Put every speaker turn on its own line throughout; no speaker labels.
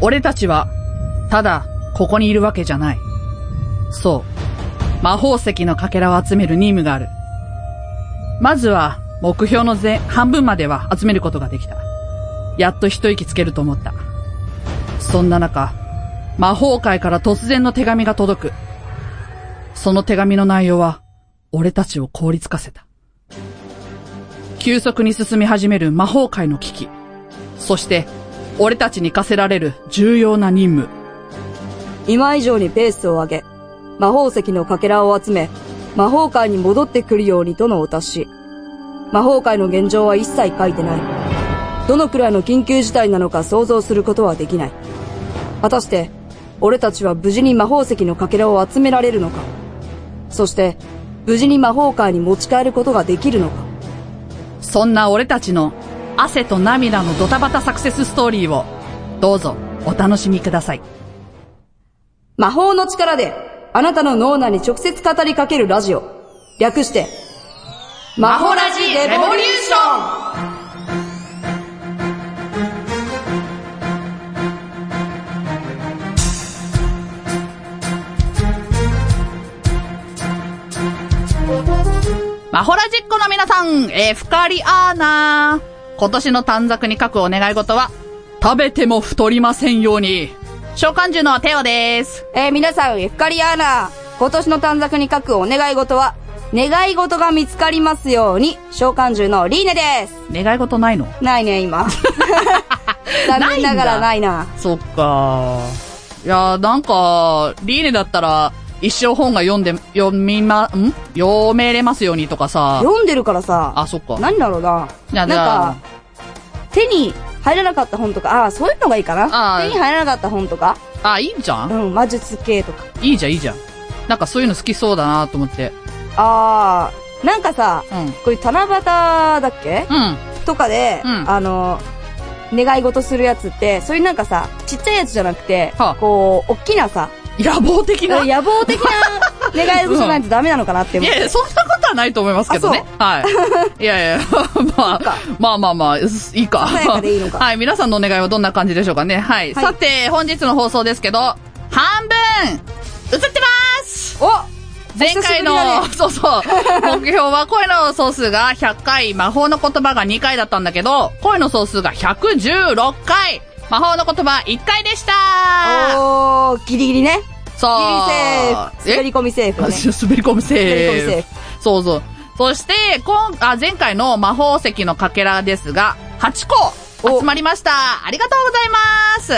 俺たちは、ただ、ここにいるわけじゃない。そう。魔法石のかけらを集める任務がある。まずは、目標の前、半分までは集めることができた。やっと一息つけると思った。そんな中、魔法界から突然の手紙が届く。その手紙の内容は、俺たちを凍りつかせた。急速に進み始める魔法界の危機。そして、俺たちに課せられる重要な任務。
今以上にペースを上げ、魔法石のかけらを集め、魔法界に戻ってくるようにとのお達し。魔法界の現状は一切書いてない。どのくらいの緊急事態なのか想像することはできない。果たして、俺たちは無事に魔法石のかけらを集められるのか。そして、無事に魔法界に持ち帰ることができるのか。
そんな俺たちの汗と涙のドタバタサクセスストーリーを、どうぞお楽しみください。
魔法の力で、あなたの脳内に直接語りかけるラジオ。略して、魔法ラジレボリューション
マホラジックの皆さん、えー、ふかりアーナー。今年の短冊に書くお願い事は、食べても太りませんように。召喚獣のテオです。
えー皆さん、エフカリアーナ、今年の短冊に書くお願い事は、願い事が見つかりますように、召喚獣のリーネです。
願い事ないの
ない ね、今。残念ながらないな。
そっかー。いやー、なんか、リーネだったら、一生本が読んで、読みま、ん読めれますようにとかさ。
読んでるからさ、
あ、そっか。
何だろうな。
いや
なんか、手に入らなかった本とか、ああ、そういうのがいいか
あ
な。
ー
手に入らなかった本とか、
あ、いいじゃ
うんん、魔術系とか。
いいじゃん、いいじゃん。なんかそういうの好きそうだなと思って。
ああ、なんかさ、
うん。うん。
こういう七夕だっけとかで、
うん
あの、願い事するやつって、そういうなんかさ、ちっちゃいやつじゃなくて、
はあ
こう、大きなさ、
野望的な。いや
野望的な 願い事じゃないとダメなのかなって
い
思って。
や、そんなことはないと思いますけどね。はい。いやいや、まあ
か、
まあまあまあ、すいいか。
ささやかでいいのか
はい、皆さんのお願いはどんな感じでしょうかね。はい。
はい
さて、本日の放送ですけど、半分、映ってます
お
前回の、
久しぶりだね
そう そう、目標は声の総数が100回、魔法の言葉が2回だったんだけど、声の総数が116回、魔法の言葉1回でした
おー、ギリギリね。ギリ
そう。
セーフ。滑り込みセーフ、ね。
え滑り込み
滑り込みセ
セー
ー
フ。そうそう。そして、今、あ、前回の魔法石のかけらですが、8個集まりましたありがとうござい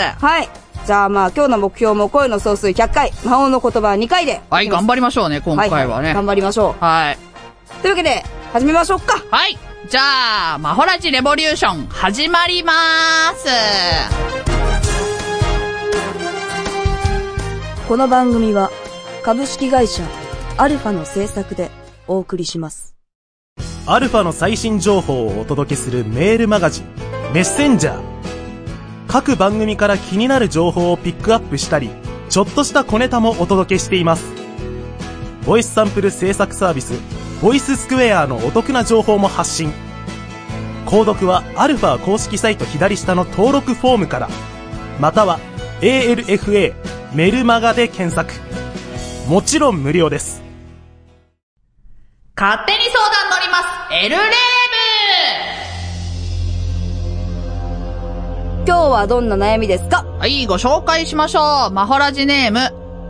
ます
フ。はい。じゃあまあ今日の目標も声の総数100回、魔法の言葉2回で。
はい、頑張りましょうね、今回はね。
頑張りましょ
はい。
う。というわけで、始めましょうか。
はい。じゃあ、マホラジレボリューション、始まりまーす。
この番組は、株式会社、アルファの制作でお送りします。
アルファの最新情報をお届けするメールマガジン、メッセンジャー。各番組から気になる情報をピックアップしたり、ちょっとした小ネタもお届けしています。ボイスサンプル制作サービス、ボイススクエアのお得な情報も発信。購読はアルファ公式サイト左下の登録フォームから、または ALFA メルマガで検索。もちろん無料です。
勝手に相談乗ります、エルレー
今日はどんな悩みですか
ブはい、ご紹介しましょう。マホラジネー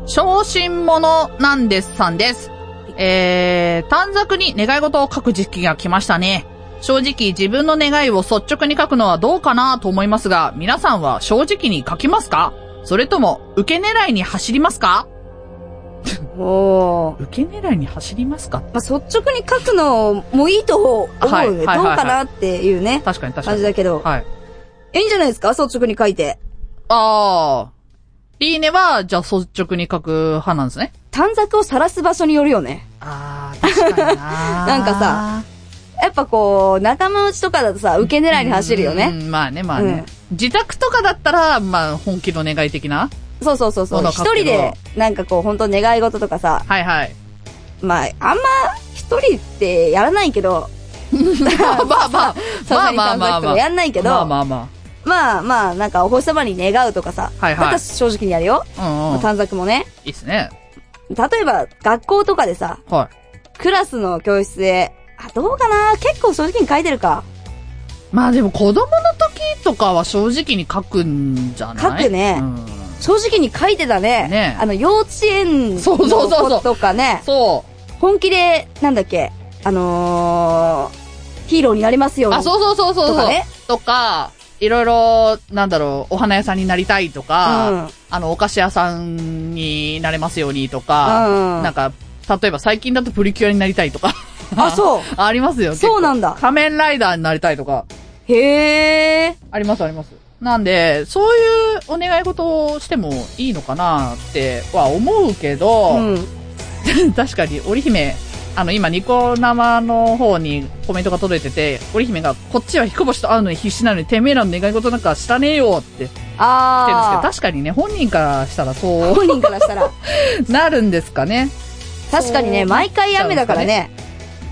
ム、昇進者なんですさんです。えー、短冊に願い事を書く時期が来ましたね。正直自分の願いを率直に書くのはどうかなと思いますが、皆さんは正直に書きますかそれとも、受け狙いに走りますか
おー。
受け狙いに走りますか
まあ、率直に書くのもいいと思うね。
はいはいはい
どうかなっていうね、
確かに確か
感じ
に。
だけど、
はい。
い。いんじゃないですか率直に書いて。
ああ。いいねは、じゃあ率直に書く派なんですね。
短冊を晒す場所によるよね。
ああ、確かに な
なんかさ、やっぱこう、仲間内とかだとさ、受け狙いに走るよね。
うん。まあね、まあね。自宅とかだったら、まあ本気の願い的な。
そうそうそうそ
そう
う。
だ
一人で、なんかこう、本当願い事とかさ、
はい はい。
まあ、あんま、一人ってやらないけど、
まあまあまあ、
さ
ますあ
がに
まあ
短
まあま
冊とか
あ。
やんないけど、
まあまあまあ。
まあまあ、なんかお星様に願うとかさ。
はいはい
だったら正直にやるよ。
うんうん。い
短冊もね。
いっすね。
例えば、学校とかでさ、
は
クラスの教室で、あ、どうかな結構正直に書いてるか。
い。まあでも子供の時とかは正直に書くんじゃない
書くね
うん
正直に書いてたね。
ね
あの、幼稚園の
そうそうそうそう
子とかね。
そ
本気で、なんだっけ、あのー、ヒーローになりますよ
う。
うに。
あ、そうそうそうそうそう。
とかね
とかいろいろ、なんだろう、お花屋さんになりたいとか、
うん
あの、お菓子屋さんになれますようにとか、
うん
なんか、例えば最近だとプリキュアになりたいとか。
あ、そう。
ありますよ、結構
そうなんだ
仮面ライダーになりたいとか。
へえ。
ありますあります。なんで、そういうお願い事をしてもいいのかなっては思うけど、
うん。
確かに織姫、あの今ニコ生の方にコメントが届いてて、織姫がこっちは彦星と会うのに必死なのにてめえらの願い事なんかしたねえよって言ってるんですけど、
あ
確かにね、本人からしたら
あ。
そ
本人からしたら。
うなるんですかね。
確かにね、
そう
毎回雨だからね。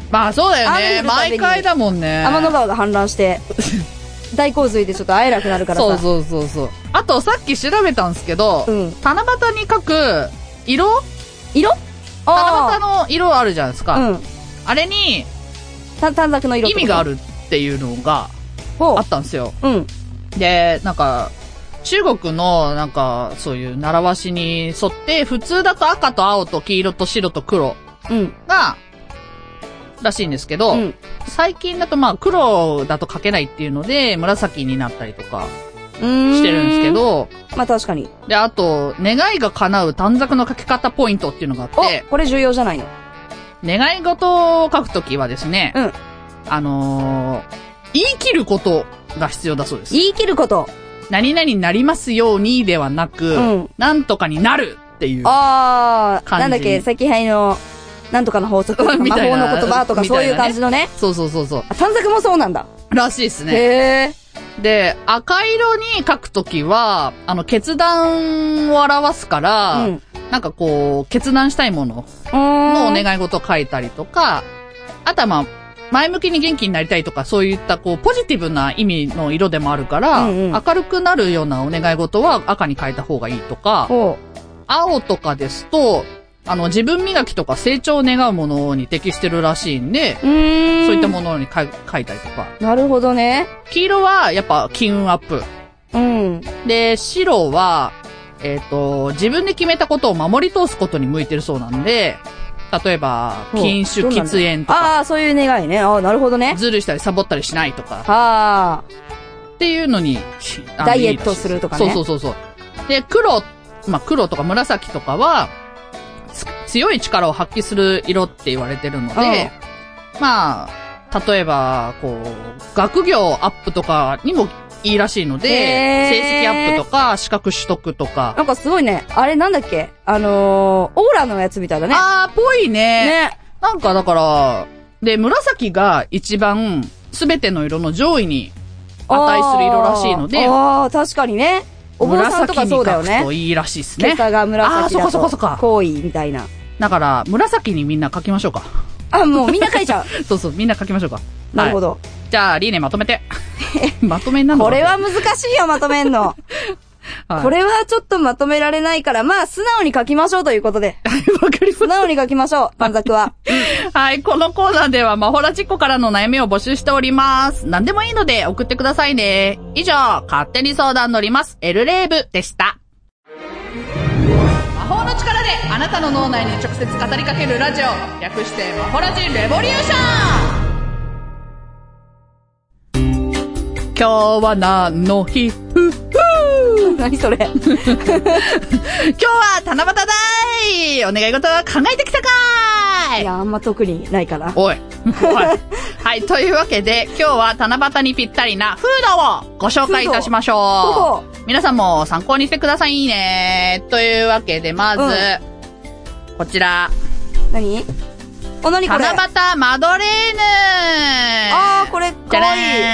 まあそうだよ
雨降
ね。
るたび
毎
に
回だもんね。
天の川が氾濫して、大洪水でちょっと会えなくなるからさ。
そうそうそうそう。あとさっき調べたんですけど、
うん
七夕に書く色
色
七夕
あ
の色あるじゃないですか。
あ。うん。
あれに
た短冊の色
意味があ
る。
るっていうのが
ほ
あったんですよ。
う。うん。
で、なんか、中国の、なんか、そういう習わしに沿って、普通だと赤と青と黄色と白と黒
うん。
が、らしいんですけど、
うん。
最近だとまあ黒だと書けないっていうので、紫になったりとかし
して
るんですけ。ど、
まあ確かに。
で、あと、願いが叶う短冊の書き方ポイントっていうのがあっ
お
て、
これ重要じゃないの。
願い事を書くときはですね、
うん
あのー言い切ることが必要だそうです。
言い切ること。
何々になりますようにではなく、
うん
なんとかになるっていう。
ああ、
感じ
なんだっけ、先輩の、なんとかの法則とか、
み
魔
たい
法
な
の言葉とか
みたいな
そう
ね
いう感じのね。
そうそうそうそ
あ短冊もそうなんだ。
う。らしいですね。
へえ。
で、赤色に書くときは、あの、決断を表すから、
うん
なんかこう、決断したいもののお
も
願い事を書いたりとか、あとはまあ、前向きに元気になりたいとか、そういったこう、ポジティブな意味の色でもあるから、
うんうん
明るくなるようなお願い事は赤に変えた方がいいとか、
おう。
青とかですと、あの、自分磨きとか成長を願うものに適してるらしいんで、
うーん。
そういったものに書い書いたりとか。
なるほどね。
黄色はやっぱ金運アップ。
うん。
で、白は、えっ、と、自分で決めたことを守り通すことに向いてるそうなんで、例えば、
ほう
禁酒、
どうな
喫
んだ
煙とか、
ああ、そういう願いね。ああ、なるほどね。
ズルしたりサボったりしないとか、
はあ。
っていうのに、あの
ダイエット
いいらしい
するとかね
そうそうそうそう。で、黒、まあ、黒とか紫とかは、つ強い力を発揮する色って言われてるので、まあ、例えば、こう、学業アップとかにもいいらしいので、
へー
成績アップとか、資格取得とか。
なんかすごいね。あれなんだっけあのー、オーラのやつみたいだね。
あー、ぽいね。
ね。
なんかだから、で、紫が一番、すべての色の上位に値する色らしいので、
あーあー、確かにね。お坊さんとかそうだよ
紫に書く
ね
と。いいらしいです
今
ね。
朝が
あー
紫
そ
だ
こそことそこ
行為みたいな。
だから、紫にみんな書きましょう か。
あ、もうみんな書いちゃう。
そうそう、みんな書きましょうか。
なるほ
ど。
ど。
じゃあ、リーネまとめて。 まとめになんだ
これは、難しいよ、まとめんの。
はい
こ、れはちょっとまとめられないから、まあ、素直に書きましょうということ で。
わかりま
素直に書きましょう、短冊は。
す。はい、このコーナーでは、マホラチッコからの悩みを募集しております。何でもいいので、送ってくださいね。以上、勝手に相談乗ります。エルレーブでした。魔法の力で、あなたの脳内に直接語りかけるラジオ。略して、マホラジレボリューション今日は何の日 ふっふー
何それ。
今日は七夕だいお願い事は考えてきたか
い
い
や、あんま特にないから。
おい。おい。はい、というわけで、今日は七夕にぴったりなフードをご紹介いたしましょう。皆さんも参考にしてくださいね。というわけで、まず、こちら、
何お、何これ
七
あ
夕マドレーヌ
あー、こ
れ、
れ、
じ
か
ゃ
わいい。
ら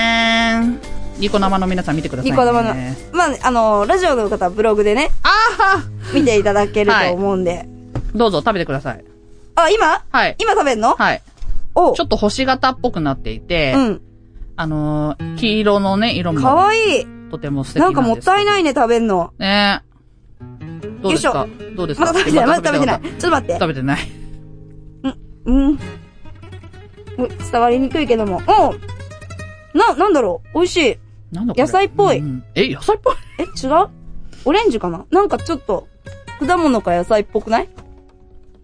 ーん。ニコ生の皆さん見てくださいね。
ニコ玉の。まあ、あの、ラジオの方はブログでね、
ああ
見ていただける
はい
と思うんで。
どうぞ食べてください。
あ、今
はい。
今食べんの
はい。
お
ちょっと星型っぽくなっていて、
うん。
あのー黄色のね、色も。
かわいい。
とても素敵
な
なんん
かもったい
い。
ないね、食べんの。
ねえ。どうですか
よ
どうです
ま
か
だ食べてない、まだ食べて
ま
な。い。ちょっと待って
だ。食べてない。
うん。う伝わりにくいけども。うん。な、なんだろう。美味しい。
なんだこれ
野菜っぽい
うんうんえ、野菜っぽい
え、違うオレンジかななんかちょっと、果物か野菜っぽくない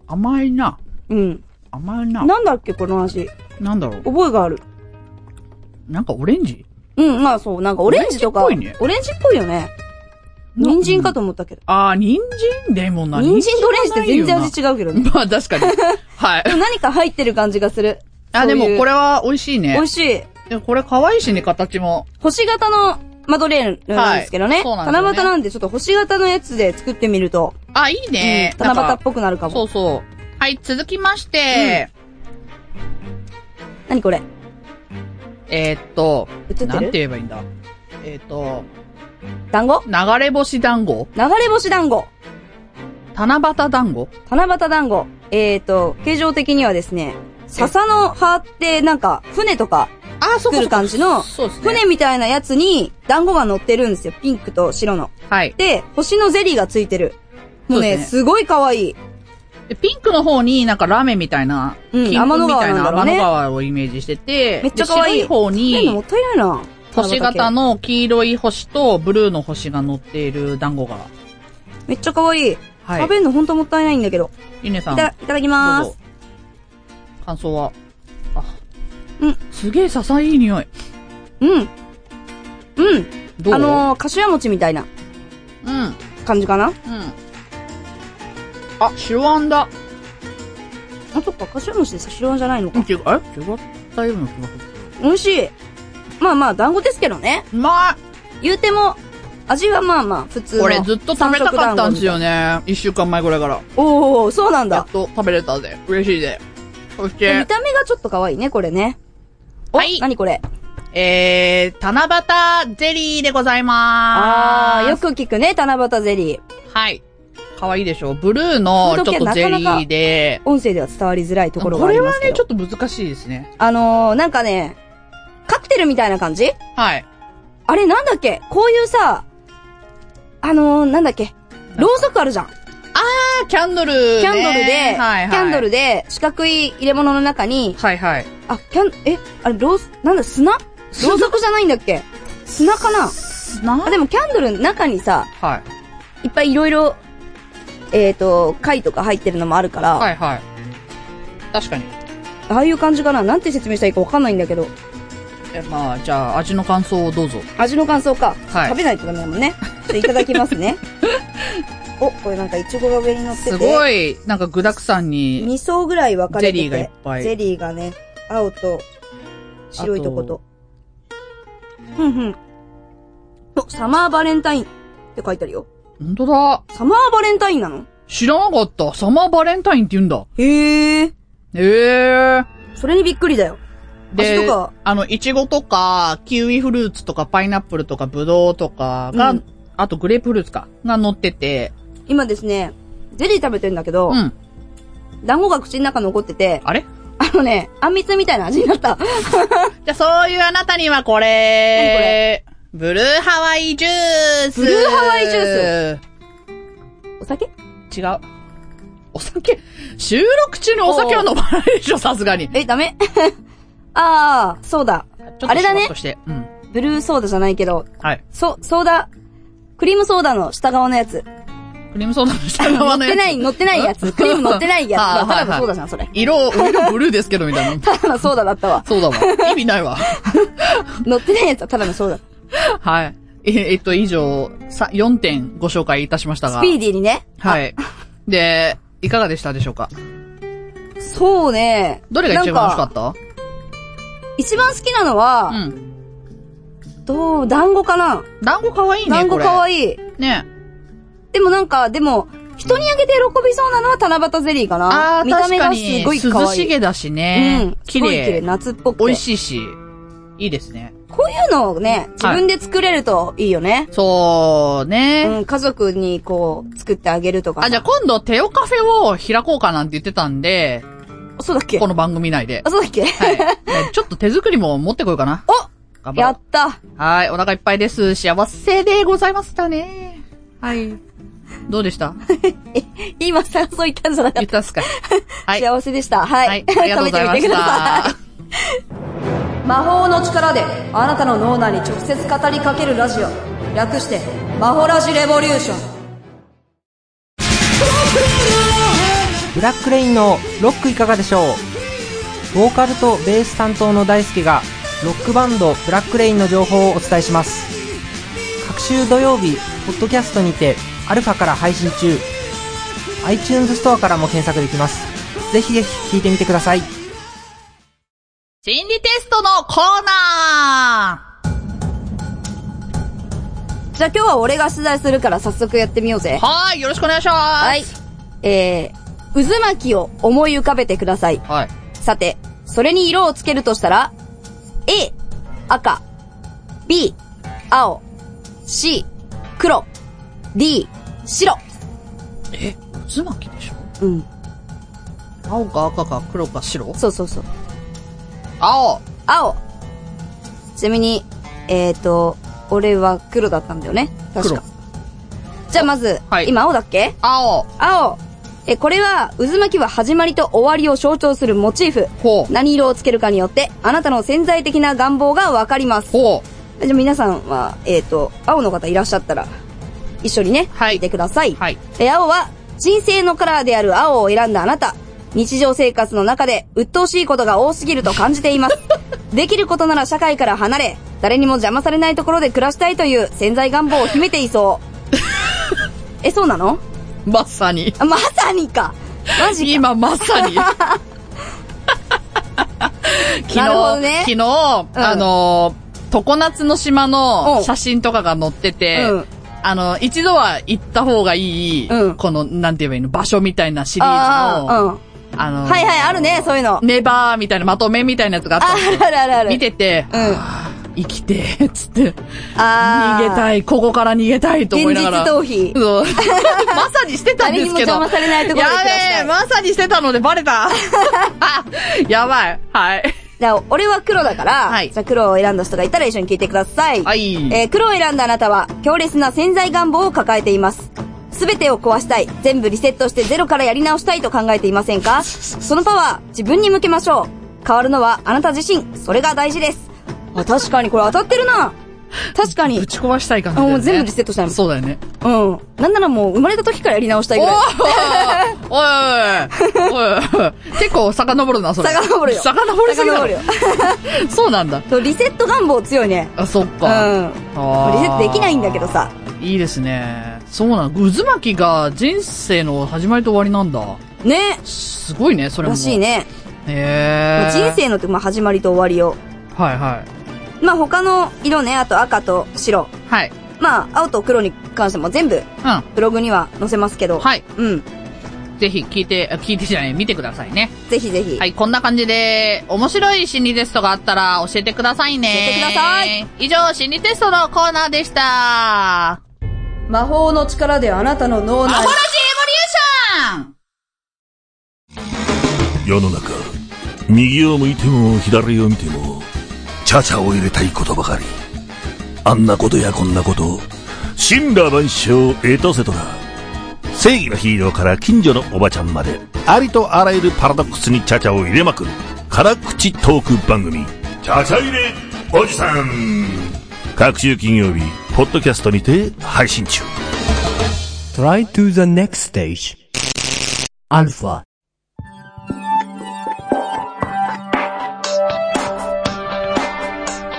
甘いな。
うん。
甘いな。
なんだっけ、この味。
なんだろう。
覚えがある。
なんかオレンジ
うん、まあそう。なんかオレンジとか。
オレンジっぽいね
オレンジっぽいよね。
な
人参かと思ったけど。
あー、人参でもな。
人参とオレンジって全然味
違
違うけどね。
う。まあ確かに。 はい
で。も何か入ってる感じがする。
あ、でもこれ
れ。
は美味しいね
美。味しい。
でもこれ可愛いしね、形も。
星型のマドレーヌなんですけどね。
はいそうなんですよね
七夕なんでちょっと星型のやつで作ってみると、
あ、いいね。
うん七夕
なん
っ
か
ぽくなるかも。
そうそう。はい、続きまして、
何これ
えーっと、
映って
なんて
る
言えばいいんだ。えーっと、
団子
流れ星団子
流れ星団子。
七夕団子
七夕団子。えーと、形状的にはですね、笹の葉ってなんか船とか
あ、そう
作る感じの、
そうですね。
船みたいなやつに団子が乗ってるんですよ。ピンクと白の。
はい。
で、星のゼリーがついてる。もうね、
そうです
すごい可愛い。
でピンクの方になんかラメみたいな、
うん
金粉みたい
天の川な
な
んだろう
天
ね
の川をイメージしてて、
めっちゃ可愛
で
い
白い方
食べるのも
に
っ、たいないな。
星型
の。
の黄色い星とブルーの星が乗っている団子が。
めっちゃ可愛い。
はい。
食べるのほんともったいないんだけど。
ゆねさ
い
ん、
た
ど
いただき
う
ま
ぞ
す。。
感想はあ。
うん。
すげえ笹いい匂い。
うん。うん。
どう
あのー、柏餅みたいな
うん。うん。
感じかな
あ、手腕だ。
あ、そっか、柏餅でさ、白あんじゃないの
うん
か。
違う、え違ったような気がする。
美味しい。まあまあ、団子ですけどね。
うまい
言うても、味はまあまあ、普通の。
これずっと食べたかったんですよね。一週間前ぐらいから。
おー、そうなん
や
だ
っ。と食べれたぜ。嬉しいぜ。そし
見
て、
た目がちょっと可愛いね、これね。お、
はい
何これ。
えー、七夕ゼリーでございま
あ
ー
ー、
す。
よく聞くね、七夕ゼリー。
はい。かわいいでしょブルーのちょっとゼリーで、
音声では伝わりづらいところが
こ
あり
れ
ま
は
すけ
ね、
ど。
ちょっと難しいですね。
あのー、なんかね、カクテルみたいな感じ
はい。
あれなんだっけこういうさ、あのー、なんだっけろうそくあるじゃん。
あキャンドルね。
キャンドルで、
はいはい。
キャンドルで四角い入れ物の中に、
はいはい。
あ、キャン、え、あれ、ろう、なんだ、砂ろう
砂
そくじゃないんだっけ砂かな
な
あ、でもキャンドルの中にさ、
はい。
いっぱいいろいろ、えっ、ー、と、貝とか入ってるのもあるから、
はいはい。確かに。
ああいう感じかななんて説明したらいいかわかんないんだけど、
え、まあ、じゃあ、味の感想をどうぞ。
味の感想か。
はい
食べないとダメだもんね。ちょっといただきます ね。お、これなんかイチゴが上に乗ってて、
すごい、なんか具沢山に、
2層ぐらい分かれてて、
ゼリーがいっぱい
ゼリーがね、青と白いとこと。ふんふん。お、サマーバレンタインって書いてあるよ。
ほんとだ。
サマーバレンタインなの
知らなかった。サマーバレンタインって言うんだ。
へえ。
ええ
それにびっくりだよ。
ー。で
味とか、
あの、イチゴとか、キウイフルーツとか、パイナップルとか、ブドウとかが、
うん
あとグレープフルーツか、が乗ってて、
今ですね、ゼリー食べてんだけど、
うん。
団子が口の中残ってて、
あれ
あのね、あんみつみたいな味になった。
じゃあ、そういうあなたにはこれ、ブルーハワイジュース
ブルーハワイジューお酒
ス違う。お酒、収録中にお酒は飲まないでしょ、さすがに。
え、ダメ あー、そうだ。
ちょっと
あれだね
シュワッとして。うん。
ブルーソーダじゃないけど、
はい。
そ、ソーダ、クリームソーダの下側のやつ。
クリームソーダの下
乗
側
っ
の
てない、乗ってない やつ。クリーム乗ってないやつ。
あー
ただ
はいは
の
い
ソーダじゃん、それ。
色、俺ブルーですけど、みたいな。
ただのソーダだったわ。
そうだ わ。意味ないわ。
乗ってないやつはただのソーダ。ス
はい。え、えっと、以上、さ4点ご紹介いたしましたが。
ピーディーにね。
はい。で、いかがでしたでしょうか
そうね。
どれが一番美味しか
なん
った
一番好きなのは、
うん。
どう、団子かな
団子かわいいね、
団子か
い
わいい。
い。ね。
でもなんか、でも、人にあげて喜びそうなのは七夕ゼリーかな。
あー、
見た
確
目
か
が
に、
すごい可
涼
愛い。
しげだし
う
ね
ん。。
綺
すごい綺麗。
麗。
夏っぽくて。
美味しいし、いいですね。
こういうのをね、自分で作れるといいよね。
そうね。
うん、家族にこう、作ってあげるとか。
あ、じゃあ今度、テオカフェを開こうかなんて言ってたんで、
そうだっけ
この番組内で
あ、。そうだっけ
はい。ねちょっと手作りも持ってこようかな。
お
頑張ろ
や
う
った
はい、お腹いっぱいです。幸せでございましたね。はい。どうでした
今さ、そう言ったんじゃなか
言
っ。
ったたっす かはい。
幸せでした。はい。
はい、ありがとうございま
食べてみて
し
ください
た。
魔法の力であなたの脳内に直接語りかけるラジオ略して「魔法ラジレボリューション」
ブラックレインのロックいかがでしょうボーカルとベース担当の大輔がロックバンドブラックレインの情報をお伝えします各週土曜日ポッドキャストにてアルファから配信中 iTunes ストアからも検索できますぜひぜひ聞いてみてください
心理テストのコーナ
じゃあ今日は俺が出題するから早速やってみようぜ
ーはい、よろしくお願いします。
はい。えー、渦巻きを思い浮かべてください
はい。
さてそれに色をつけるとしたら A 赤 B 青 C 黒 D 白
え、渦巻きでしょ
うん
青か赤か黒か白
そうそうそう
青
青ちなみにえっ、ー、と俺は黒だったんだよね確かじゃあまず、
はい
今青だっけ
青
青えこれは渦巻きは始まりと終わりを象徴するモチーフ
ほう
何色をつけるかによってあなたの潜在的な願望がわかります
ほ
じゃあ皆さんはえっ、ー、と青の方いらっしゃったら一緒にね、
はい
見てください、
うはい。
え青は人生のカラーである青を選んだあなた。日常生活の中で鬱陶しいことが多すぎると感じてい ます。できることなら社会から離れ、誰にも邪魔されないところで暮らしたいという潜在願望を秘めて いそう。え、そうなの
まさに。
あまさにかマジか
今まさ に。昨日、
なるほどね
昨日、あの、常夏の島
う
の
ん
写真とかが載ってて、
うん
あの、一度は行った方がいい、
うん
この、なんて言えばいいの、場所みたいなシリーズの、
ああ、
あ
うん。
の、
はいはい、あるね、そういうの。
ネバーみたいな、まとめみたいなやつがあった
あ
んですよ
るあるあるある。
見てて、
うん
はぁ生きてー、つって、
あ
逃
ー
げたい、ここから逃げたいと思い
現
な
実
がら。
逃避。
そうまさにしてたん
誰
で
に
す
も
けど。
邪魔されないところで暮
や
らした
べえ、
い。
まさにしてたのでバレ た。やばい。はい。
じゃあ、俺は黒だから、
はい
じゃあ黒を選んだ人がいたら一緒に聞いてください。
はい
えー黒を選んだあなたは、強烈な潜在願望を抱えています。すべてを壊したい。全部リセットしてゼロからやり直したいと考えていませんかそのパワー、自分に向けましょう。変わるのはあなた自身。それが大事です。あ、確かにこれ当たってるな。確か
ぶ
に。
ち壊したい感じ
あ、
だよね。
もう全部リセットしたいもん。
そうだよね。
うん。なんならもう生まれた時からやり直したい
お
ぐ
ー
らい。
おいおいおい おい結構遡るな、それ。
遡るよ。
遡りすぎだ
遡
ろ
るよ。
そうなんだ。
と、リセット願望強いね。
あ、そっ
うん。
か。あー
リセットできないんだけどさ。
いいですね。そうなの。渦巻きが人生の始まりと終わりなんだ。
ね。
すごいね、それも。
らしい。ね。
へ
まあ
ー。
人生のって、まあ、始まりと終わりを。
はいはい。
まあ、他の色ね、あと赤と白。
はい。
まあ、青と黒に関しても全部、
う
ブログには載せますけど。
ん。はい。
うん。
ぜひ聞いて、あ聞いてじゃない、見てくださいね。
ぜひぜひ。
はい、こんな感じで、面白い心理テストがあったら教えてくださいね。
教えてください。
以上、心理テストのコーナーでした。
魔法の力であなたの脳
アホラジ
内
エボリューション
世の中右を向いても左を見てもチャチャを入れたいことばかりあんなことやこんなこと神羅万象エトセトラ正義のヒーローから近所のおばちゃんまでありとあらゆるパラドックスにチャチャを入れまくる辛口トーク番組チャチャ入れおじさん各週金曜日ポッドキャストにて配信中
Try to the next stage. Alpha.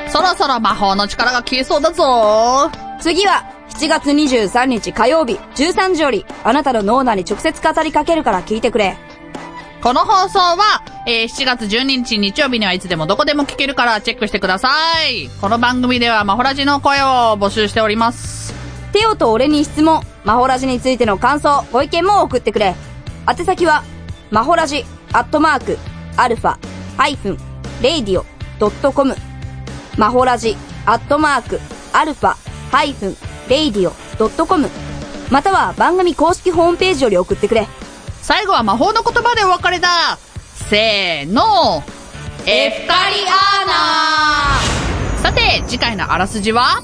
そろそろ魔法の力が消えそうだぞ
次は、7月23日火曜日、13時より、あなたの脳内に直接語りかけるから聞いてくれ。
この放送は、えー7月12日日曜日にはいつでもどこでも聞けるからチェックしてください。この番組ではマホラジの声を募集しております。
テオと俺に質問、マホラジについての感想、ご意見も送ってくれ。宛先は、マホラジ、アットマーク、アルファ、ハイフン、レイディオ、ドットコム。マホラジ、アットマーク、アルファ、ハイフン、レイディオ、ドットコム。または番組公式ホームページより送ってくれ。
最後は魔法の言葉でお別れだせーのエフカリアーナさて、次回のあらすじは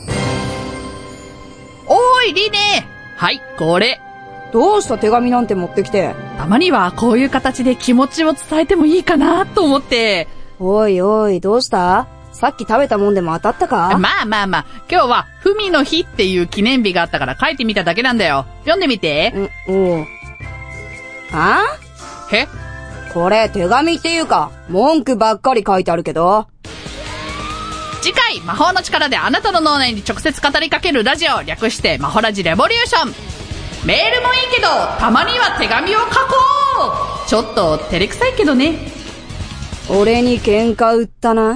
おーい、リネはい、これ。
どうした手紙なんて持ってきて。
たまにはこういう形で気持ちを伝えてもいいかなと思って。
おいおい、どうしたさっき食べたもんでも当たったか
まあまあまあ、今日は、ふみの日っていう記念日があったから書いてみただけなんだよ。読んでみて。
ん、おう。あ
へ
これ手紙っていうか、文句ばっかり書いてあるけど。
次回、魔法の力であなたの脳内に直接語りかけるラジオ、略して、魔法ラジレボリューション。メールもいいけど、たまには手紙を書こうちょっと、照れくさいけどね。
俺に喧嘩売ったな。